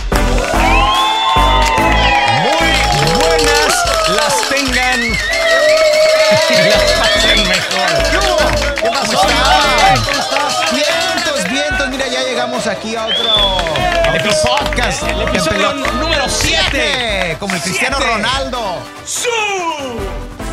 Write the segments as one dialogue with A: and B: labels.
A: aquí a otro, a otro podcast.
B: El
A: que
B: episodio
A: empezó-
B: número 7.
A: Siete, eh, Como el Cristiano
B: Siete.
A: Ronaldo.
B: ¡Su!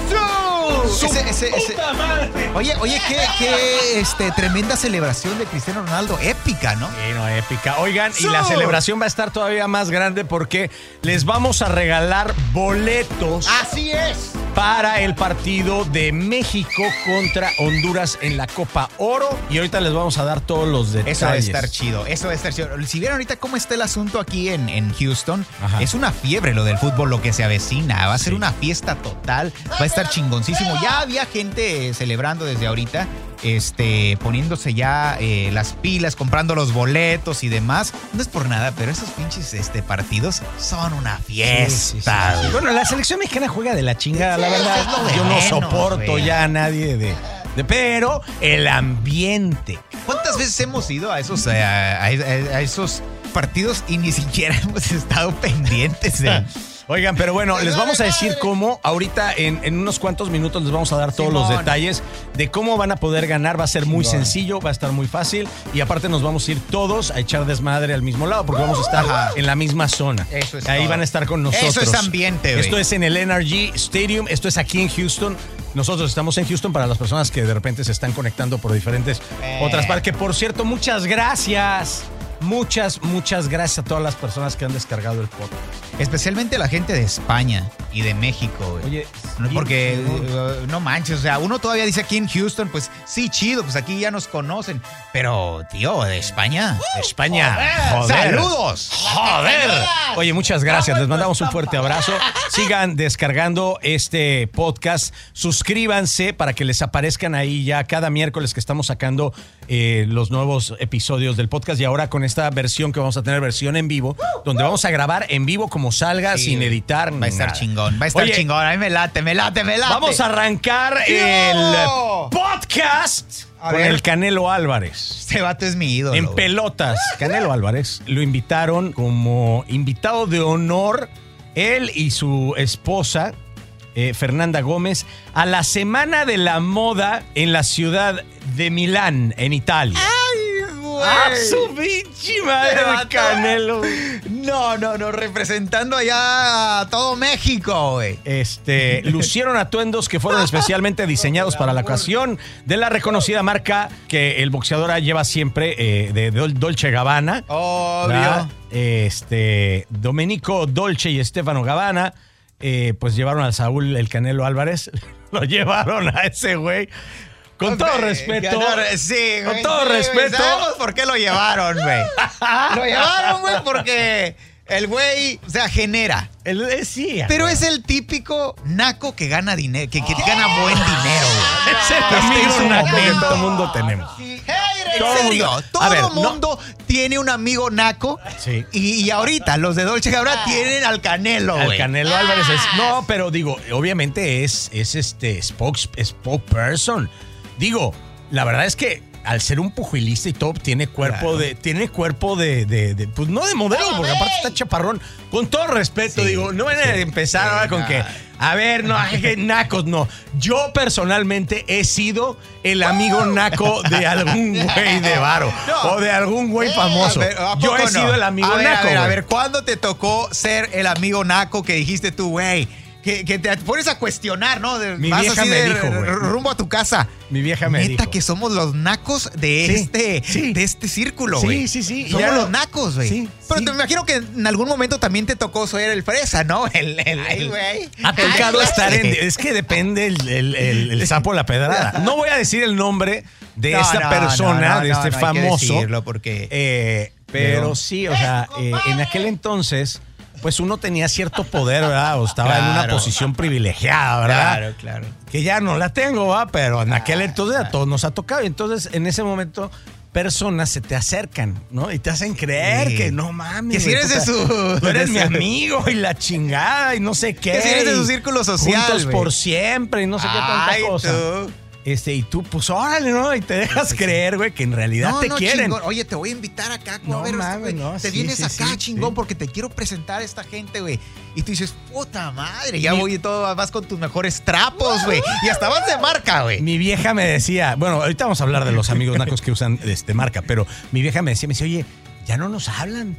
A: ¡Su! Ese- ese- ese-
B: ¡Puta madre!
A: Oye, oye, qué, qué, este, tremenda celebración de Cristiano Ronaldo. Épica, ¿no?
C: Bueno, épica. Oigan, y
A: ¡Sur!
C: la celebración va a estar todavía más grande porque les vamos a regalar boletos
A: Así es.
C: para el partido de México contra Honduras en la Copa Oro. Y ahorita les vamos a dar todos los detalles.
A: Eso debe estar chido, eso debe estar chido. Si vieron ahorita cómo está el asunto aquí en, en Houston,
C: Ajá.
A: es una fiebre lo del fútbol, lo que se avecina. Va a ser
C: Sí.
A: una fiesta total, va a estar chingoncísimo. Ya había gente eh, celebrando desde ahorita, este, poniéndose ya eh, las pilas, comprando los boletos y demás. No es por nada, pero esos pinches este, partidos son una
C: Sí,
A: fiesta.
C: sí, sí, sí. Bueno, la selección mexicana juega de la chingada, la verdad.
A: es lo de
C: Yo no
A: menos,
C: soporto
A: güey.
C: ya a nadie de, de- Pero el ambiente.
A: ¿Cuántas veces hemos ido a esos, eh, a, a- a esos partidos y ni siquiera hemos estado pendientes de...
C: Oigan, pero bueno, les vamos a decir cómo. Ahorita en, en unos cuantos minutos les vamos a dar todos los
A: Simón.
C: detalles de cómo van a poder ganar. Va a ser muy sencillo, va a estar muy fácil. Y aparte nos vamos a ir todos a echar desmadre al mismo lado porque vamos a estar
A: Ajá.
C: en la misma zona.
A: Eso es
C: Ahí
A: todo.
C: van a estar con nosotros.
A: Eso es ambiente, güey.
C: Esto es en el NRG Stadium. Esto es aquí en Houston. Nosotros estamos en Houston para las personas que de repente se están conectando por diferentes
A: Eh.
C: otras partes. Que por cierto, muchas gracias. Muchas, muchas gracias a todas las personas que han descargado el podcast.
A: Especialmente la gente de España y de México, güey.
C: Oye,
A: No,
C: sí,
A: porque
C: chingón.
A: eh, no manches, o sea, uno todavía dice aquí en Houston, pues sí, chido, pues aquí ya nos conocen. Pero, tío, de España.
C: De España. Joder.
A: ¡Saludos!
C: Joder. Oye, muchas gracias. Les mandamos un fuerte abrazo. Sigan descargando este podcast. Suscríbanse para que les aparezcan ahí ya cada miércoles que estamos sacando eh, los nuevos episodios del podcast. Y ahora con esta versión que vamos a tener, versión en vivo, donde vamos a grabar en vivo como salga,
A: Sí.
C: sin editar.
A: Va a estar
C: nada.
A: chingón, va a estar
C: Oye,
A: chingón. A mí me late, me late, me late.
C: Vamos a arrancar
A: ¿Qué
C: el
A: hubo?
C: podcast
A: A
C: con
A: ver.
C: el Canelo Álvarez.
A: Este vato es mi ídolo.
C: En
A: güey.
C: pelotas, Canelo Álvarez lo invitaron como invitado de honor, él y su esposa, eh, Fernanda Gómez, a la Semana de la Moda en la ciudad de Milán, en Italia. ¡Ah, su pinche madre,
A: Este vato.
C: Canelo!
A: No, no, no, representando allá a todo México, güey.
C: Este, lucieron atuendos que fueron especialmente diseñados para la ocasión de la reconocida marca que el boxeador lleva siempre, eh, de Dol- Dolce Gabbana. ¿verdad?
A: Obvio.
C: Este, Domenico Dolce y Estefano Gabbana, eh, pues llevaron al Saúl el Canelo Álvarez, lo llevaron a ese güey. Con todo
A: Hombre,
C: respeto.
A: ganar- sí,
C: con
A: güey,
C: todo
A: sí, güey,
C: respeto.
A: Sabemos por qué lo llevaron, güey. lo llevaron, güey, porque el güey, o sea, genera.
C: Él decía.
A: Pero es el típico naco que gana dinero, que, que gana buen dinero, güey.
C: Ah. es el
A: Está en su
C: amigo naco que
A: momento.
C: todo mundo tenemos. Todo
A: En serio,
C: mundo.
A: todo
C: A ver, no.
A: mundo tiene un amigo naco.
C: Sí. Ah.
A: Y, y ahorita los de Dolce Gabbana tienen al Canelo,
C: Al
A: güey.
C: Canelo Álvarez es.
A: Ah.
C: No, pero digo, obviamente es, es este spokes- spokesperson. Digo, la verdad es que al ser un pugilista y top, tiene cuerpo
A: Claro.
C: de. Tiene cuerpo de, de- de- Pues no de modelo, porque aparte está chaparrón. Con todo respeto,
A: Sí,
C: digo, no van a
A: sí,
C: empezar
A: sí,
C: ahora con
A: no.
C: que. A ver, no, ay, que nacos, no. Yo personalmente he sido el amigo naco de algún güey de varo.
A: Oh. No. Eh,
C: O de algún güey famoso.
A: A ver, ¿a
C: Yo
A: poco
C: he
A: no?
C: sido el amigo
A: a ver,
C: naco.
A: A ver, a
C: güey.
A: ver, ¿cuándo te tocó ser el amigo naco que dijiste tú, güey? Que, que te pones a cuestionar, ¿no? De-
C: Mi
A: vas
C: vieja
A: así
C: me
A: de
C: dijo,
A: r-
C: güey.
A: rumbo a tu casa.
C: Mi vieja me
A: Neta
C: dijo.
A: que somos los nacos de
C: Sí,
A: este
C: sí.
A: de este círculo,
C: Sí,
A: güey.
C: sí, sí.
A: Somos
C: Ya
A: los
C: lo-
A: nacos, güey.
C: Sí,
A: Pero
C: sí.
A: te imagino que en algún momento también te tocó ser el fresa, ¿no? El, el, ay, güey.
C: Ha tocado
A: Ay, pues.
C: estar en.
A: güey.
C: Es que depende el, el- el- el sapo de la pedrada. No voy a decir el nombre de
A: No,
C: esta
A: no,
C: persona,
A: no, no,
C: de
A: no,
C: este
A: no hay que
C: famoso.
A: decirlo porque-
C: eh, pero
A: Pero-
C: sí, o sea, eh, en aquel entonces, pues uno tenía cierto poder, ¿verdad? O estaba en una
A: Claro.
C: posición privilegiada, ¿verdad?
A: Claro, claro.
C: que ya no la tengo, ¿va? Pero en aquel entonces a todos nos ha tocado. Y entonces en ese momento personas se te acercan, ¿no? Y te hacen creer
A: Sí.
C: que no mames.
A: Que si
C: güey,
A: eres de
C: tú te-
A: su-
C: Tú eres mi
A: de su-
C: amigo y la chingada y no sé qué.
A: Que si eres de su
C: y
A: círculo social,
C: Juntos
A: güey.
C: por siempre y no sé qué tanta
A: Ay,
C: cosa.
A: tú.
C: Este, y tú, pues órale, ¿no? Y te dejas creer, güey, que en realidad
A: No,
C: te
A: no,
C: quieren.
A: chingón. Oye, te voy a invitar acá,
C: No
A: Cuavero, este,
C: mames,
A: güey.
C: no, sí,
A: Te vienes
C: sí,
A: acá,
C: sí,
A: chingón,
C: sí.
A: porque te quiero presentar a esta gente, güey. Y tú dices, puta madre, ya
C: Mi-
A: voy y todo, vas con tus mejores trapos, güey. Y hasta vas de marca, güey.
C: Mi vieja me decía, bueno, ahorita vamos a hablar de los amigos nacos que usan este marca, pero mi vieja me decía, me dice, oye, ya no nos hablan.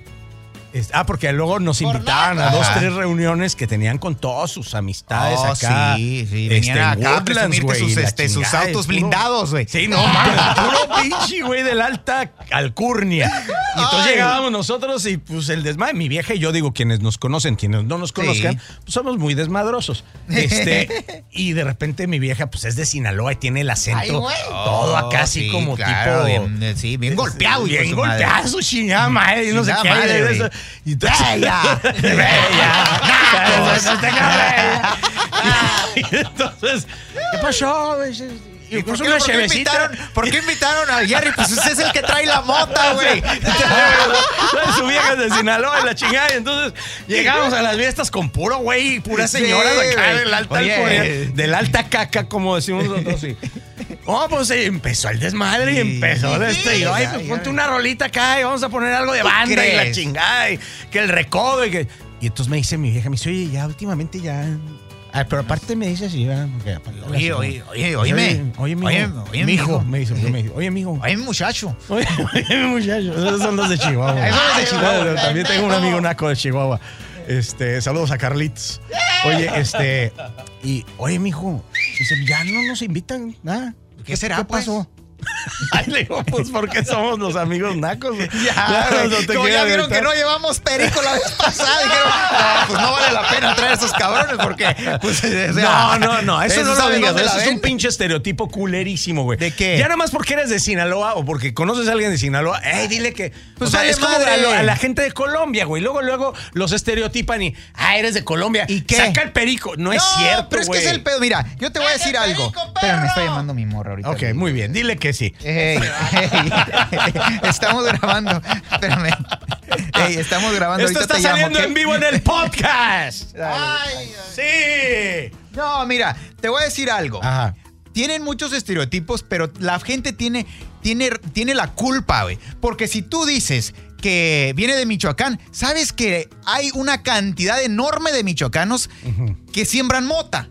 C: Es- Ah, porque luego nos
A: Por
C: invitaban a
A: nada.
C: dos,
A: Ajá.
C: tres reuniones que tenían con todas sus amistades
A: Oh,
C: acá.
A: sí, sí,
C: este,
A: venían
C: en
A: acá a
C: Woodlands,
A: presumirte
C: güey,
A: sus,
C: la
A: este, sus
C: chingada,
A: autos
C: es puro-
A: blindados, güey.
C: Sí, no, mames, puro pinche, güey, del alta alcurnia. Y entonces
A: Ay.
C: llegábamos nosotros y pues el desmadre, mi vieja y yo digo, quienes nos conocen, quienes no nos conozcan,
A: Sí.
C: pues somos muy desmadrosos. Este, y de repente mi vieja pues es de Sinaloa y tiene el
A: Ay,
C: acento
A: güey.
C: todo acá
A: Oh,
C: así
A: sí,
C: como tipo
A: claro, bien, eh, sí, bien golpeado, hijo de
C: Bien
A: su madre.
C: golpeado, su chingada madre, y no sé
A: Chingada
C: qué.
A: madre,
C: y
A: güey.
C: eso. Y entonces-
A: Bella.
C: Bella. Entonces, te cabrón. Y entonces, ¿qué pasó? güey? Y
A: ¿Y por,
C: puso
A: qué,
C: una
A: por qué
C: chevecita.
A: invitaron, por qué invitaron a Jerry? Pues usted es el que trae la mota, güey.
C: Entonces, Su vieja es de Sinaloa, la chingada. Y entonces llegamos a las fiestas con puro güey y pura
A: Sí,
C: señora de acá,
A: güey.
C: del alta
A: Oye.
C: alcurnia, del alta caca, como decimos nosotros. Sí. Oh, pues eh, empezó el desmadre y
A: Sí.
C: empezó este. Y,
A: Sí,
C: ay,
A: ya,
C: pues
A: ya.
C: ponte una rolita acá y vamos a poner algo de banda y la
A: crees?
C: chingada. Y que el recodo y que. Y entonces me dice mi vieja, me dice, oye, ya últimamente ya. Ah, pero aparte me dice así, ¿verdad? Porque pues, aparte-
A: Oye, oye, oye, oíme.
C: Oye, mijo.
A: Oye, oye, mijo.
C: Me dice, me dice, oye, mijo.
A: Ay, muchacho.
C: Oye, oye, muchachos, esos son los de Chihuahua.
A: Esos son los de Chihuahua.
C: También tengo un amigo naco de Chihuahua. Este, saludos a Carlitos. Oye, este, y oye, mijo, dice, ya no nos invitan, nada.
A: ¿Qué será,
C: ¿Qué
A: pues?
C: pasó? Ay, le digo, pues porque somos los amigos nacos.
A: Ya, güey.
C: no te
A: Como ya
C: quiero
A: vieron
C: aventar.
A: que no llevamos perico la vez pasada, dijeron, "No, pues no vale la pena traer a esos cabrones porque. Pues, o sea,
C: no, no, no, eso no
A: esos
C: lo
A: saben
C: digas.
A: dónde la
C: Eso es un
A: venden.
C: pinche estereotipo culerísimo, güey.
A: ¿De qué?
C: Ya nada más porque eres de Sinaloa o porque conoces a alguien de Sinaloa, ¡ey, dile que!
A: Pues
C: o sea,
A: vale
C: es como
A: madre.
C: a, lo- a la gente de Colombia, güey. Luego, luego los estereotipan y, ¡ah, eres de Colombia!
A: ¿Y qué?
C: Saca el perico. No, es cierto,
A: Pero es que
C: güey.
A: es el pedo. Mira, yo te voy a decir algo. Pero me está llamando mi morra ahorita.
C: Ok, muy bien, dile que sí.
A: Ey, ey, estamos grabando. Espérame. Ey, estamos grabando.
C: Esto está
A: ahorita te llamo,
C: saliendo
A: ¿ok?
C: en vivo en el podcast.
A: Ay, ay.
C: ¡Sí!
A: No, mira, te voy a decir algo.
C: Ajá.
A: Tienen muchos estereotipos, pero la gente tiene, tiene, tiene la culpa, güey. Porque si tú dices que viene de Michoacán, sabes que hay una cantidad enorme de michoacanos que siembran mota.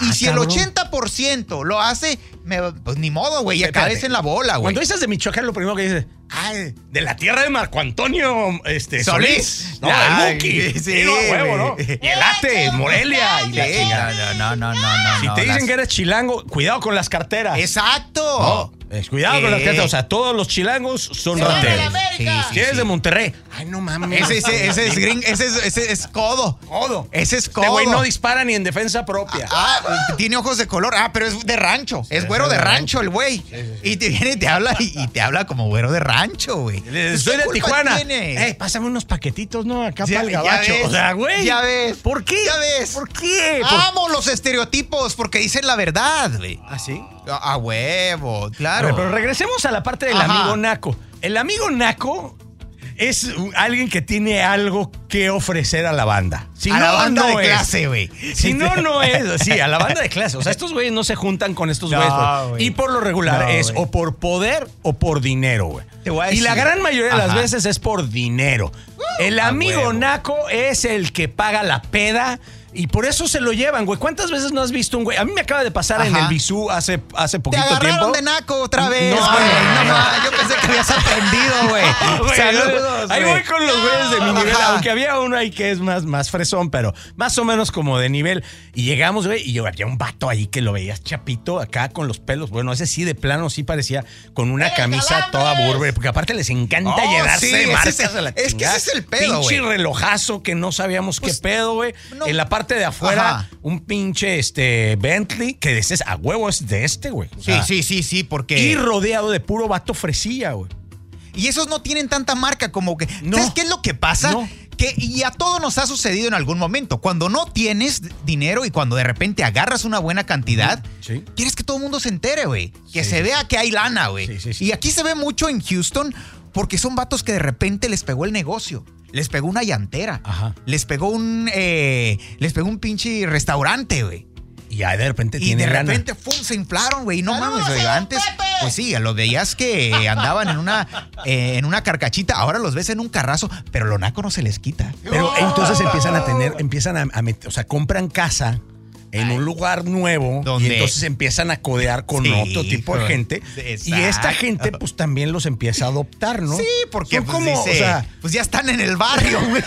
A: Y
C: Ah,
A: si
C: cabrón.
A: el 80% lo hace, me- pues ni modo, güey, ya
C: Espérate.
A: cabes en la bola, güey.
C: Cuando dices de Michoacán, lo primero que dices, ay, de la tierra de Marco Antonio este, Solís.
A: Solís.
C: No,
A: Ay,
C: el Buki.
A: sí,
C: Sí, no, huevo, ¿no?
A: güey.
C: Y el Ate, Morelia. Y
A: Sí,
C: la chingada.
A: no, no, no, no, no.
C: si
A: no,
C: te dicen
A: las-
C: que eres chilango, cuidado con las carteras.
A: Exacto.
C: No, es cuidado con las
A: Eh.
C: carteras. O sea, todos los chilangos son
A: Sí,
C: rateros.
A: sí, sí,
C: Si eres
A: sí.
C: de Monterrey, ay, no mames.
A: Ese, ese- ese es gring, ese es, ese es codo.
C: Codo.
A: Ese es codo.
C: Este güey no dispara ni en defensa propia.
A: Ah, tiene ojos de color. Ah, pero es de rancho. Es güero
C: es de
A: de rancho el güey. Y te viene y te habla y, y te habla como güero de rancho, güey. Pues,
C: Soy
A: ¿qué
C: de
A: culpa
C: Tijuana. Eh,
A: tiene?
C: Ey, pásame unos paquetitos, ¿no? Acá
A: Ya-
C: para el
A: ya
C: gabacho.
A: ves,
C: o sea, güey.
A: ya ves.
C: ¿Por qué?
A: Ya ves. Ah.
C: ¿Por qué? eh, ¿Por
A: Amo los estereotipos porque dicen la verdad, güey.
C: ¿Ah, sí?
A: A, a huevo,
C: A
A: claro.
C: ver, pero regresemos a la parte del
A: Ajá.
C: amigo naco. El amigo naco es uh, alguien que tiene algo que ofrecer a la banda. Si
A: a
C: no,
A: la banda
C: no
A: de
C: es.
A: clase, güey.
C: Si no, no es. Sí, a la banda de clase. O sea, estos güeyes no se juntan con estos
A: No,
C: güeyes. pues.
A: güey.
C: y por lo regular
A: No,
C: es
A: güey.
C: o por poder o por dinero, güey.
A: Te voy a
C: Y la
A: decir.
C: gran mayoría de las
A: Ajá.
C: veces es por dinero. El
A: a
C: amigo
A: huevo.
C: naco es el que paga la peda. Y por eso se lo llevan, güey. ¿Cuántas veces no has visto un güey? A mí me acaba de pasar en
A: Ajá.
C: el Bisú hace, hace
A: Te
C: poquito tiempo.
A: agarraron de naco otra vez.
C: No,
A: güey.
C: no,
A: No,
C: no.
A: ma, yo pensé que habías aprendido, güey.
C: Güey,
A: Saludos.
C: Ahí
A: güey.
C: voy con los güeyes de mi nivel,
A: Ajá.
C: aunque había uno ahí que es más, más fresón, pero más o menos como de nivel. Y llegamos, güey, y yo había un vato ahí que lo veías chapito acá con los pelos. Bueno, ese sí de plano sí parecía con una camisa toda burbe, porque aparte les encanta
A: Oh,
C: llenarse
A: sí,
C: de
A: ese
C: marcas
A: es el-
C: a la
A: es que ese
C: chingada.
A: es el pedo,
C: Pinche
A: güey.
C: relojazo que no sabíamos
A: Pues,
C: qué pedo, güey.
A: no.
C: En la parte de afuera,
A: Ajá.
C: un pinche este Bentley que dices, a huevo es de este, güey. O
A: Sí,
C: sea,
A: sí, sí, sí, porque.
C: Y rodeado de puro vato fresilla, güey.
A: Y esos no tienen tanta marca como que.
C: No.
A: ¿Sabes qué es lo que pasa?
C: No.
A: Que, y a todo nos ha sucedido en algún momento. Cuando no tienes dinero y cuando de repente agarras una buena cantidad,
C: Sí.
A: quieres que todo el mundo se entere, güey. Que
C: Sí.
A: se vea que hay lana, güey.
C: Sí, sí, sí.
A: Y aquí se ve mucho en Houston porque son vatos que de repente les pegó el negocio. Les pegó una llantera.
C: Ajá.
A: Les pegó un. eh, les pegó un pinche restaurante, güey.
C: Y ya de repente
A: Y
C: tiene
A: de
C: lana.
A: repente, ¡fum! se inflaron, güey. Y No mames, güey. Antes, pues sí, a los veías que andaban en una, eh, en una carcachita. Ahora los ves en un carrazo, pero lo naco no se les quita.
C: Pero entonces empiezan a tener, empiezan a, a met- o sea, compran casa en un lugar nuevo
A: Donde-
C: y entonces empiezan a codear con
A: Sí,
C: otro tipo de
A: con-
C: gente y esta
A: Exacto.
C: gente pues también los empieza a adoptar, ¿no?
A: Sí, porque
C: Son
A: pues,
C: como,
A: dice,
C: o sea,
A: pues ya están en el barrio, güey.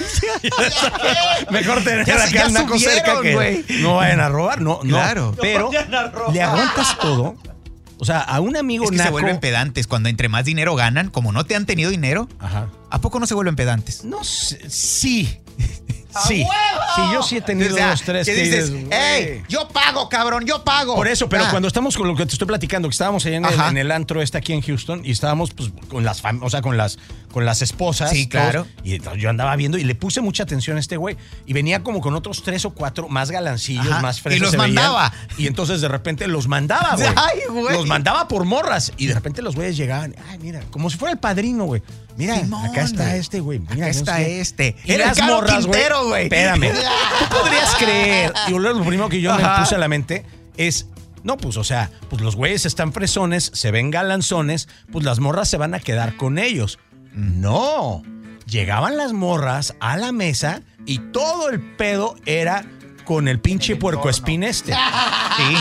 C: mejor tener
A: Ya-
C: acá
A: ya
C: el naco
A: subieron,
C: cerca que
A: güey.
C: no vayan a robar, no, no.
A: Claro.
C: Pero
B: No vayan a robar.
C: le aguantas todo. O sea, a un amigo
A: Es que se
C: naco-
A: vuelven pedantes cuando entre más dinero ganan, como no te han tenido dinero,
C: Ajá.
A: ¿a poco no se vuelven pedantes?
C: No sé, sí.
B: ¡A
C: Sí.
B: huevo!
C: Sí, yo sí he tenido
A: O sea,
C: dos, tres
A: que dices,
C: güey.
A: hey, yo pago, cabrón, yo pago.
C: Por eso, pero
A: Ah,
C: cuando estamos con lo que te estoy platicando, que estábamos allá en el,
A: Ajá.
C: en el antro este aquí en Houston y estábamos pues con las fam- o sea, con las con las esposas.
A: Sí,
C: todos,
A: claro.
C: y entonces yo andaba viendo y le puse mucha atención a este güey y venía como con otros tres o cuatro más galancillos,
A: Ajá.
C: más
A: Y
C: frescos.
A: los
C: se veían.
A: mandaba.
C: y entonces de repente los mandaba, güey.
A: Ay, güey.
C: Los mandaba por morras y de repente los güeyes llegaban, ay, mira, como si fuera el padrino, güey. Mira,
A: Simón,
C: acá está
A: güey.
C: este güey. Mira,
A: Acá
C: no sé
A: está
C: qué.
A: este.
C: Y
A: Era el
C: las
A: Caro
C: morras,
A: Quintero, güey.
C: Espérame. ¿Tú podrías creer? Y luego lo primero que yo
A: Ajá.
C: me puse a la mente es. No, pues, o sea, pues los güeyes están fresones, se ven galanzones, pues las morras se van a quedar con ellos. No. Llegaban las morras a la mesa y todo el pedo era con el pinche puercoespín este.
A: Sí.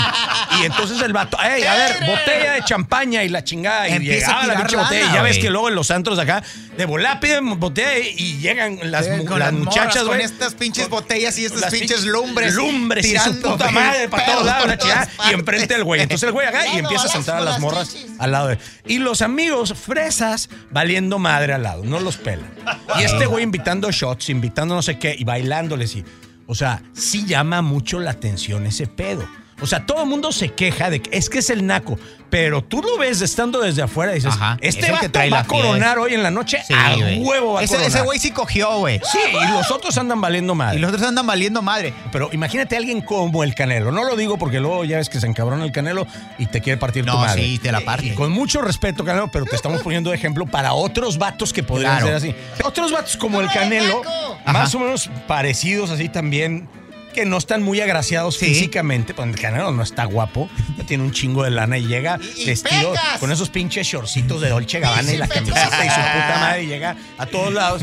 C: Y entonces el vato, "Ey, a ver, botella de champaña y la chingada. Y
A: Empieza a
C: llegaba la
A: tirar
C: pinche
A: lana,
C: botella. Y ya ves
A: güey.
C: que luego en los antros acá, de volá piden botella y- y llegan las,
A: Con
C: mu- las
A: morras,
C: muchachas,
A: Con
C: güey.
A: este estas pinches
C: con-
A: botellas y estas
C: las
A: pinches lumbres.
C: Lumbres, tirando
A: Tirando
C: puta madre para
A: pedos
C: todos lados,
A: por
C: la chingada,
A: todas
C: Y enfrente del güey. Entonces el güey acá y empieza a sentar a las morras al lado de Y los amigos fresas valiendo madre al lado, no los pelan. Y este güey invitando shots, invitando no sé qué y bailándoles y... O sea, sí llama mucho la atención ese pedo. O sea, todo el mundo se queja de que es que es el naco, pero tú lo ves estando desde afuera y dices,
A: Ajá, es
C: este
A: el que
C: vato
A: trae
C: va
A: la
C: a coronar hoy en la noche,
A: Sí,
C: a
A: güey.
C: huevo va a
A: Ese
C: coronar.
A: ese güey sí cogió, güey.
C: Sí, y los otros andan valiendo madre.
A: Y los otros andan valiendo madre.
C: Pero imagínate a alguien como el Canelo. No lo digo porque luego ya ves que se encabrona el Canelo y te quiere partir tu
A: No,
C: madre.
A: sí, te la parte.
C: Y con mucho respeto, Canelo, pero te estamos poniendo de ejemplo para otros vatos que podrían
A: Claro.
C: ser así. Otros vatos como el Canelo,
A: Ajá.
C: más o menos parecidos así también, que no están muy agraciados
A: Sí.
C: físicamente. Pues el Canelo no está guapo, ya tiene un chingo de lana y llega
A: Y- y
C: vestido
A: pecas.
C: con esos pinches shortcitos de Dolce Gabbana y la camiseta y su puta madre y llega a todos lados.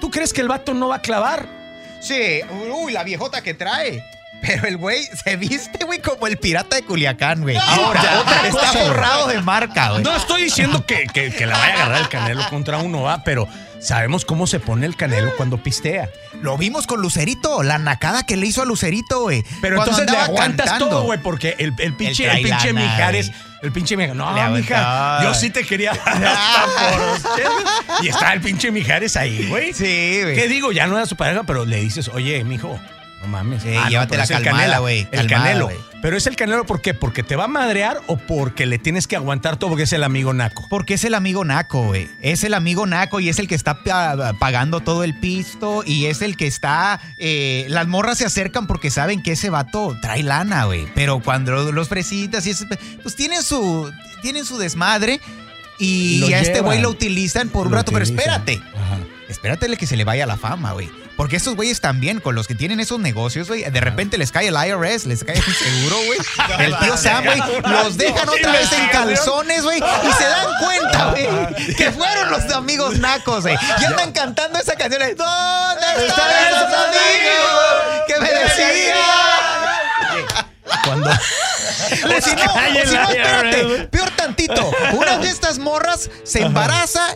C: ¿Tú crees que el vato no va a clavar?
A: Sí, uy, la viejota que trae. Pero el güey se viste, güey, como el pirata de Culiacán, güey.
C: Ahora, otra
A: está
C: cosa, güey.
A: forrado de marca, güey.
C: No estoy diciendo que, que- que la vaya a agarrar el Canelo contra uno, va, pero sabemos cómo se pone el Canelo cuando pistea.
A: Lo vimos con Lucerito, la nacada que le hizo a Lucerito, güey.
C: Pero
A: Cuando
C: entonces le
A: andaba
C: aguantas
A: cantando.
C: todo, güey, porque el, el pinche, el
A: trae
C: pinche
A: lana,
C: Mijares,
A: güey.
C: el pinche Mijares, no,
A: Le aventó.
C: mija, yo sí te quería dar hasta por usted". Y está el pinche Mijares ahí, güey.
A: Sí, güey.
C: ¿Qué digo? Ya no era su pareja, pero le dices, oye, mijo, no mames. ah,
A: Sí,
C: no,
A: llévatela
C: pero es el
A: calmada,
C: Canelo,
A: güey,
C: El
A: calmada,
C: Canelo.
A: güey.
C: Pero es el Canelo, ¿por qué? ¿Porque te va a madrear o porque le tienes que aguantar todo porque es el amigo naco?
A: Porque es el amigo naco, güey. Es el amigo naco y es el que está pa- pagando todo el pisto y es el que está... eh, las morras se acercan porque saben que ese vato trae lana, güey. Pero cuando los fresitas y ese... pe- Pues tienen su, tienen su desmadre y
C: Lo
A: a este
C: llevan.
A: güey lo utilizan por un
C: Lo
A: rato. Pero
C: utilizan.
A: espérate.
C: Ajá.
A: Espérate que se le vaya la fama, güey. Porque esos güeyes también, con los que tienen esos negocios, güey, de repente les cae el IRS, les cae el seguro, güey. El tío Sam, güey, los dejan otra vez en calzones, güey, y se dan cuenta, güey, que fueron los amigos nacos, güey. Y andan cantando esa canción. de, ¿Dónde están esos amigos que me decían?
C: Cuando
A: O si no,
C: cae
A: o
C: el
A: si no,
C: IRS.
A: espérate, peor tantito. Una de estas morras se embaraza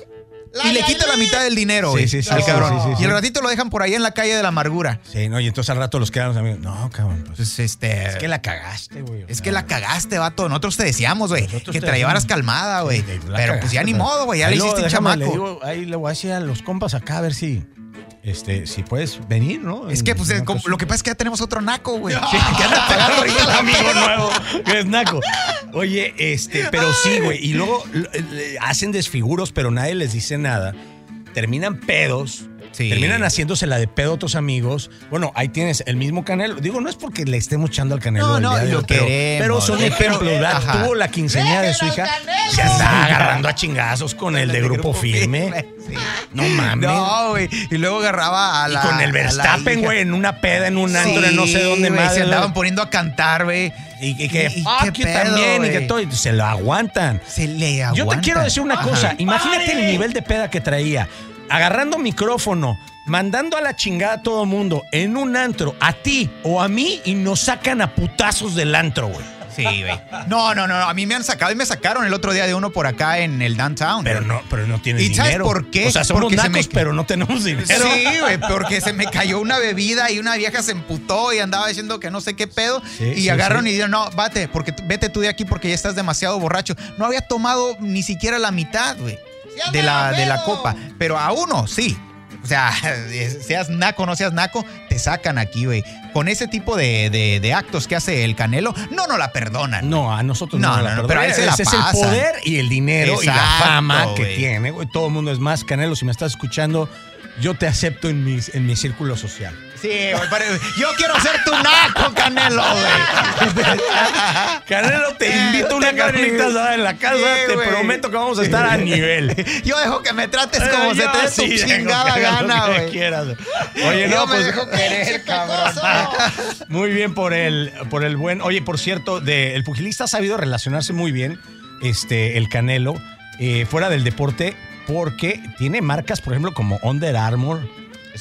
A: y le quita la mitad del dinero, güey,
C: Sí, sí, sí,
A: al
C: sí,
A: cabrón.
C: sí, sí, sí.
A: Y el ratito lo dejan por ahí en la calle de la amargura.
C: Sí, no, y entonces al rato los quedaron amigos. No, cabrón, pues
A: Pues este.
C: es que la cagaste, güey. o
A: Es
C: sea,
A: que la cagaste, vato. Nosotros te decíamos, güey,
C: Nosotros
A: que
C: te
A: te la llevaras
C: decíamos.
A: calmada, güey.
C: sí, la
A: Pero
C: cagaste,
A: pues ya ni
C: pero-
A: modo, güey. Ya le
C: Ahí luego
A: hiciste un
C: déjame, le
A: chamaco.
C: digo, ahí le voy a decir a los compas acá a ver si este si puedes venir, ¿no?
A: Es que, pues,
C: En
A: es
C: una
A: como-
C: ocasión.
A: lo que pasa es que ya tenemos otro naco, güey.
C: Sí,
A: Que anda pagando ahorita la
C: amigo
A: peda.
C: nuevo, que es naco. Oye, este, pero sí, güey. Y luego l- le hacen desfiguros, pero nadie les dice nada. Terminan pedos.
A: Sí.
C: Terminan haciéndose la de pedo a otros amigos. Bueno, ahí tienes el mismo Canelo. Digo, no es porque le estemos echando al Canelo.
A: No,
C: el
A: no,
C: día de
A: lo
C: hoy, pero,
A: queremos,
C: pero son
A: lo
C: ejemplos,
A: queremos.
C: ¿verdad?
A: Ajá.
C: Tuvo la quinceañera de su hija. Se está agarrando a chingazos con el de grupo firme.
A: Sí.
C: No mames.
A: No, güey. Y luego agarraba a
C: Y
A: la.
C: con el
A: a la
C: Verstappen,
A: hija.
C: güey, en una peda, en un antro, en no sé
A: Sí,
C: dónde
A: güey,
C: más.
A: Se andaban poniendo a cantar, güey.
C: Y, y que
A: Y- y
C: fuck
A: qué
C: you
A: pedo,
C: también, y que
A: güey.
C: todo, y se lo aguantan.
A: Se le aguanta.
C: Yo te quiero decir una
A: Ajá.
C: cosa, imagínate el
B: Pare.
C: nivel de peda que traía. agarrando micrófono, mandando a la chingada a todo mundo en un antro, a ti o a mí, y nos sacan a putazos del antro, güey.
A: Sí, güey. No, no, no. A mí me han sacado y me sacaron el otro día de uno por acá en el downtown.
C: Pero
A: güey.
C: no, pero no tienes
A: ¿Y
C: dinero.
A: sabes por qué?
C: O sea, somos
A: Porque se
C: nacos,
A: me-
C: pero no tenemos dinero.
A: Sí, güey, porque se me cayó una bebida y una vieja se emputó y andaba diciendo que no sé qué pedo.
C: Sí,
A: y
C: sí,
A: agarraron
C: sí.
A: y dijeron, no, vete, porque tú- vete tú de aquí porque ya estás demasiado borracho. No había tomado ni siquiera la mitad, güey, de la, de la copa. Pero a uno, sí. O sea, eh, seas naco, no seas naco, te sacan aquí, güey. Con ese tipo de, de- de actos que hace el Canelo, no, no la perdonan.
C: Ah, No, a nosotros
A: No,
C: no,
A: no,
C: la
A: no,
C: perdonan.
A: pero a él se la
C: Ese es el
A: pasan.
C: poder y el dinero y la
A: Exacto,
C: fama que
A: güey.
C: tiene. güey. Todo el mundo es más. Canelo, si me estás escuchando, yo te acepto en, mis, en mi círculo social.
A: Sí, güey, pero- yo quiero ser tu naco, Canelo, güey.
C: Canelo, te invito a una carnita asada en la casa.
A: Sí,
C: te
A: güey.
C: prometo que vamos a estar a nivel.
A: Yo dejo que me trates como
C: Ay,
A: se
C: Eh, yo
A: te dé
C: sí,
A: tu
C: dejo
A: chingada
C: que hagas lo
A: gana,
C: que
A: güey.
C: quieras. Oye,
A: Yo
C: no,
A: me
C: pues,
A: dejo querer, cabrón.
C: Muy bien por el, por el buen. Oye, por cierto, de, el pugilista ha sabido relacionarse muy bien, este, el Canelo, eh, fuera del deporte, porque tiene marcas, por ejemplo, como Under Armour,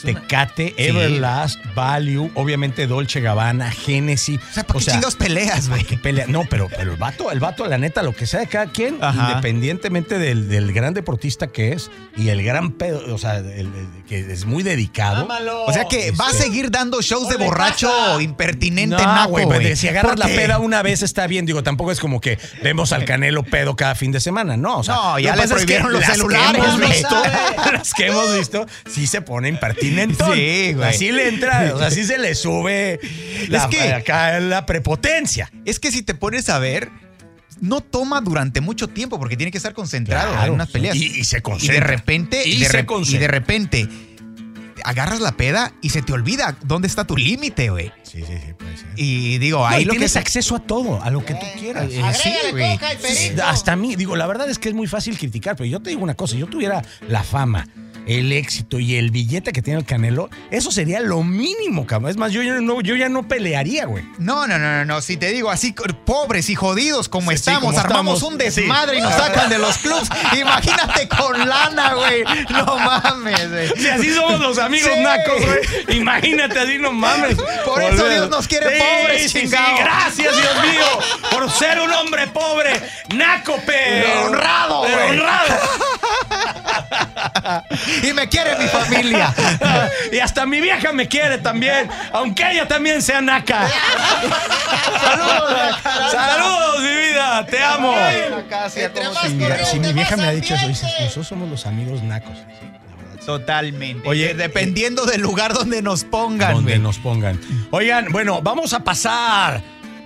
C: Tecate,
A: Sí.
C: Everlast, Value, obviamente Dolce Gabbana, Genesis.
A: O sea, ¿para qué chingados peleas, güey?
C: que pelea. No, pero, pero el vato, el vato, la neta, lo que sea de cada quien,
A: Ajá.
C: independientemente del, del gran deportista que es y el gran pedo, o sea, el- el- que es muy dedicado.
A: O sea que va a
C: Este-
A: seguir dando shows de borracho impertinente,
C: No,
A: naco,
C: güey,
A: güey.
C: pues, Si agarras la
A: ¿Por qué?
C: peda una vez está bien. Digo, tampoco es como que vemos al Canelo pedo cada fin de semana. No, o sea,
A: No,
C: lo
A: ya
C: que
A: le
C: pasa es que
A: prohibieron los
C: las que
A: celulares,
C: hemos
A: güey.
C: visto- Las que hemos visto sí se pone impertinente.
A: Sí, güey.
C: Así le entra, o sea, así se le sube la,
A: Es que-
C: acá la prepotencia.
A: Es que si te pones a ver, no toma durante mucho tiempo porque tiene que estar concentrado
C: Claro,
A: en unas peleas.
C: Y, y se
A: Y de
C: concentra.
A: repente,
C: Y
A: de
C: se
A: re-
C: concentra.
A: y de repente agarras la peda y se te olvida dónde está tu límite, güey.
C: Sí, sí, sí, puede ser.
A: Y digo,
C: No,
A: ahí
C: y
A: lo que
C: tienes
A: se-
C: acceso a todo, a lo que tú quieras.
A: Eh, sí, güey.
C: Hasta a mí, digo, la verdad es que es muy fácil criticar, pero yo te digo una cosa, si yo tuviera la fama, el éxito y el billete que tiene el Canelo, eso sería lo mínimo, cabrón. Es más, yo ya no, yo ya no pelearía, güey.
A: No, no, no, no, no, si te digo así, co- pobres y jodidos como
C: Sí, sí,
A: estamos,
C: como
A: armamos
C: estamos.
A: un desmadre y nos sacan de los clubs. Imagínate con lana, güey. No mames, güey.
C: Si así somos los amigos
A: Sí.
C: nacos, güey. Imagínate, así no mames.
A: Por eso Dios nos quiere pobres, chingado.
C: gracias, Dios mío, por ser un hombre pobre, naco, pero
A: Pero honrado,
C: pero
A: güey.
C: honrado.
A: Y me quiere mi familia.
C: Y hasta mi vieja me quiere también, aunque ella también sea naca. Saludos, saludos, mi vida, te amo. Si mi, si mi vieja me ha dicho eso, dices, nosotros somos los amigos nacos.
A: Totalmente.
C: Oye, eh,
A: Oye, dependiendo del lugar donde nos pongan,
C: Donde
A: güey.
C: nos pongan. Oigan, bueno, vamos a pasar.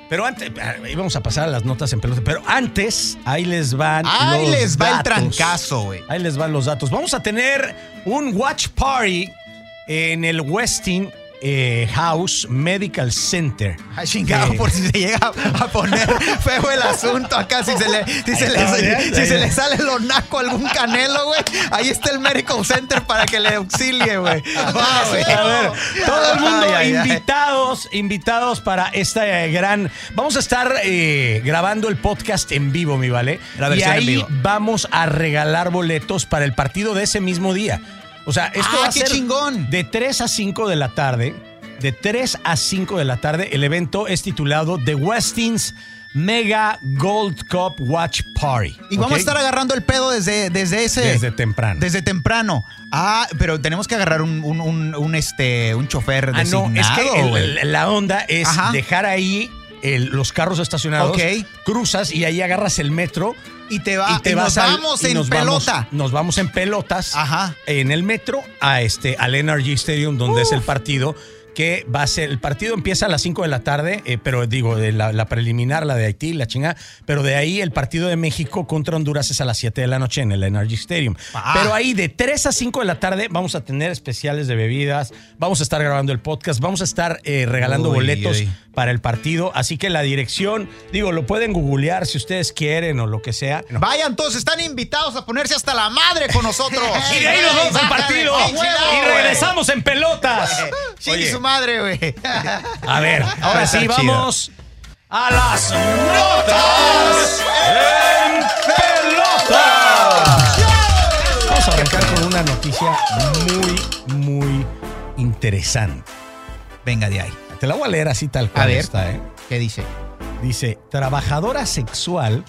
C: Pero antes, vamos a pasar a las notas en pelota. Pero antes, ahí les van.
A: Ahí
C: los
A: les va el
C: datos.
A: trancazo, güey.
C: Ahí les van los datos. Vamos a tener un watch party en el Westin eh, House Medical Center.
A: Ah, chingado,
C: Eh,
A: por si se llega a poner feo el asunto acá, si se le, si se le,
C: está, bien, está
A: si se
C: bien.
A: le sale lo naco a algún canelo, güey, ahí está el Medical Center para que le auxilie, güey. Va, güey.
C: Ah, A ver, todo el mundo
A: Ay, ay, ay.
C: invitados, invitados para esta eh, gran. Vamos a estar eh, grabando el podcast en vivo, mi vale.
A: La versión
C: y
A: en
C: ahí
A: vivo.
C: vamos a regalar boletos para el partido de ese mismo día. O sea, esto
A: Ah,
C: va a
A: qué
C: ser
A: chingón.
C: de 3 a 5 de la tarde. De 3 a 5 de la tarde, el evento es titulado The Westins Mega Gold Cup Watch Party.
A: Y vamos
C: ¿ok?
A: a estar agarrando el pedo desde, desde ese.
C: desde temprano.
A: desde temprano. Ah, pero tenemos que agarrar un, un, un, un, este, un chofer
C: Ah, no,
A: designado,
C: es que el-
A: güey.
C: el- la onda es
A: Ajá.
C: dejar ahí el- los carros estacionados,
A: Ok.
C: cruzas y ahí agarras el metro
A: y te va,
C: y te
A: y
C: vas
A: nos
C: al-
A: vamos
C: y
A: en
C: nos vamos-
A: pelota.
C: nos vamos en pelotas
A: Ajá.
C: en el metro a este al NRG Stadium donde es el partido que va a ser el partido empieza a las 5 de la tarde, eh, pero digo de la, la preliminar, la de Haití, la chingada, pero de ahí el partido de México contra Honduras es a las 7 de la noche en el NRG Stadium.
A: Ah.
C: Pero ahí de 3 a 5 de la tarde vamos a tener especiales de bebidas, vamos a estar grabando el podcast, vamos a estar eh, regalando
A: Uy,
C: boletos
A: uy.
C: para el partido, así que la dirección, digo, lo pueden googlear si ustedes quieren o lo que sea.
A: Vayan todos, están invitados a ponerse hasta la madre con nosotros.
C: Y de ahí nos vamos al partido. Y regresamos en pelotas.
A: Chingue su madre, güey.
C: A ver, ahora
A: ahora
C: sí
A: está
C: vamos a las notas en pelotas. Vamos a arrancar con una noticia tema muy, muy interesante.
A: Venga de ahí.
C: Te la voy a leer así tal cual
A: A ver.
C: está, ¿eh?
A: ¿Qué dice?
C: Dice, trabajadora sexual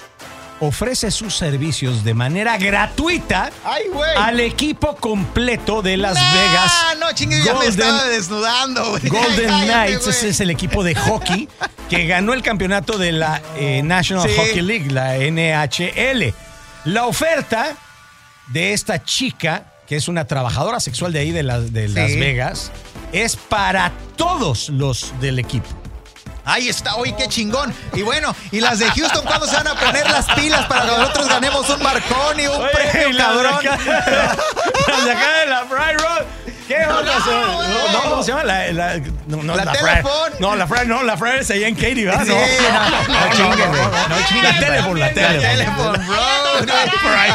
C: ofrece sus servicios de manera gratuita
A: ¡Ay, güey!
C: al equipo completo de Las Vegas.
A: Ah, no, chingue, ya me
C: Golden-
A: estaba desnudando, güey.
C: Golden
A: Cállate,
C: Knights,
A: güey.
C: ese es el equipo de hockey que ganó el campeonato de la eh, National
A: Sí.
C: Hockey League, la NHL. La oferta de esta chica, que es una trabajadora sexual de ahí de, la- de Las
A: Sí.
C: Vegas, es para todos los del equipo.
A: Ahí está, oye, qué chingón. Y bueno, ¿y las de Houston cuándo se van a poner las pilas para que nosotros ganemos un marcón y un
C: Oye, y las
A: premio,
C: de
A: cabrón?
C: acá- las de acá de la Fry Road. ¿Qué onda?
A: No,
C: son?
A: güey.
C: No, no, ¿cómo se llama? La, la, no, no,
A: La
C: Fry.
A: Telefón.
C: No, la Fry no, la Fry es allá en Katy, ¿verdad?
A: Sí, no, no chinguen, güey. No chinguen.
C: La Telefon, la
A: La
C: Telefon.
A: Telephone, bro.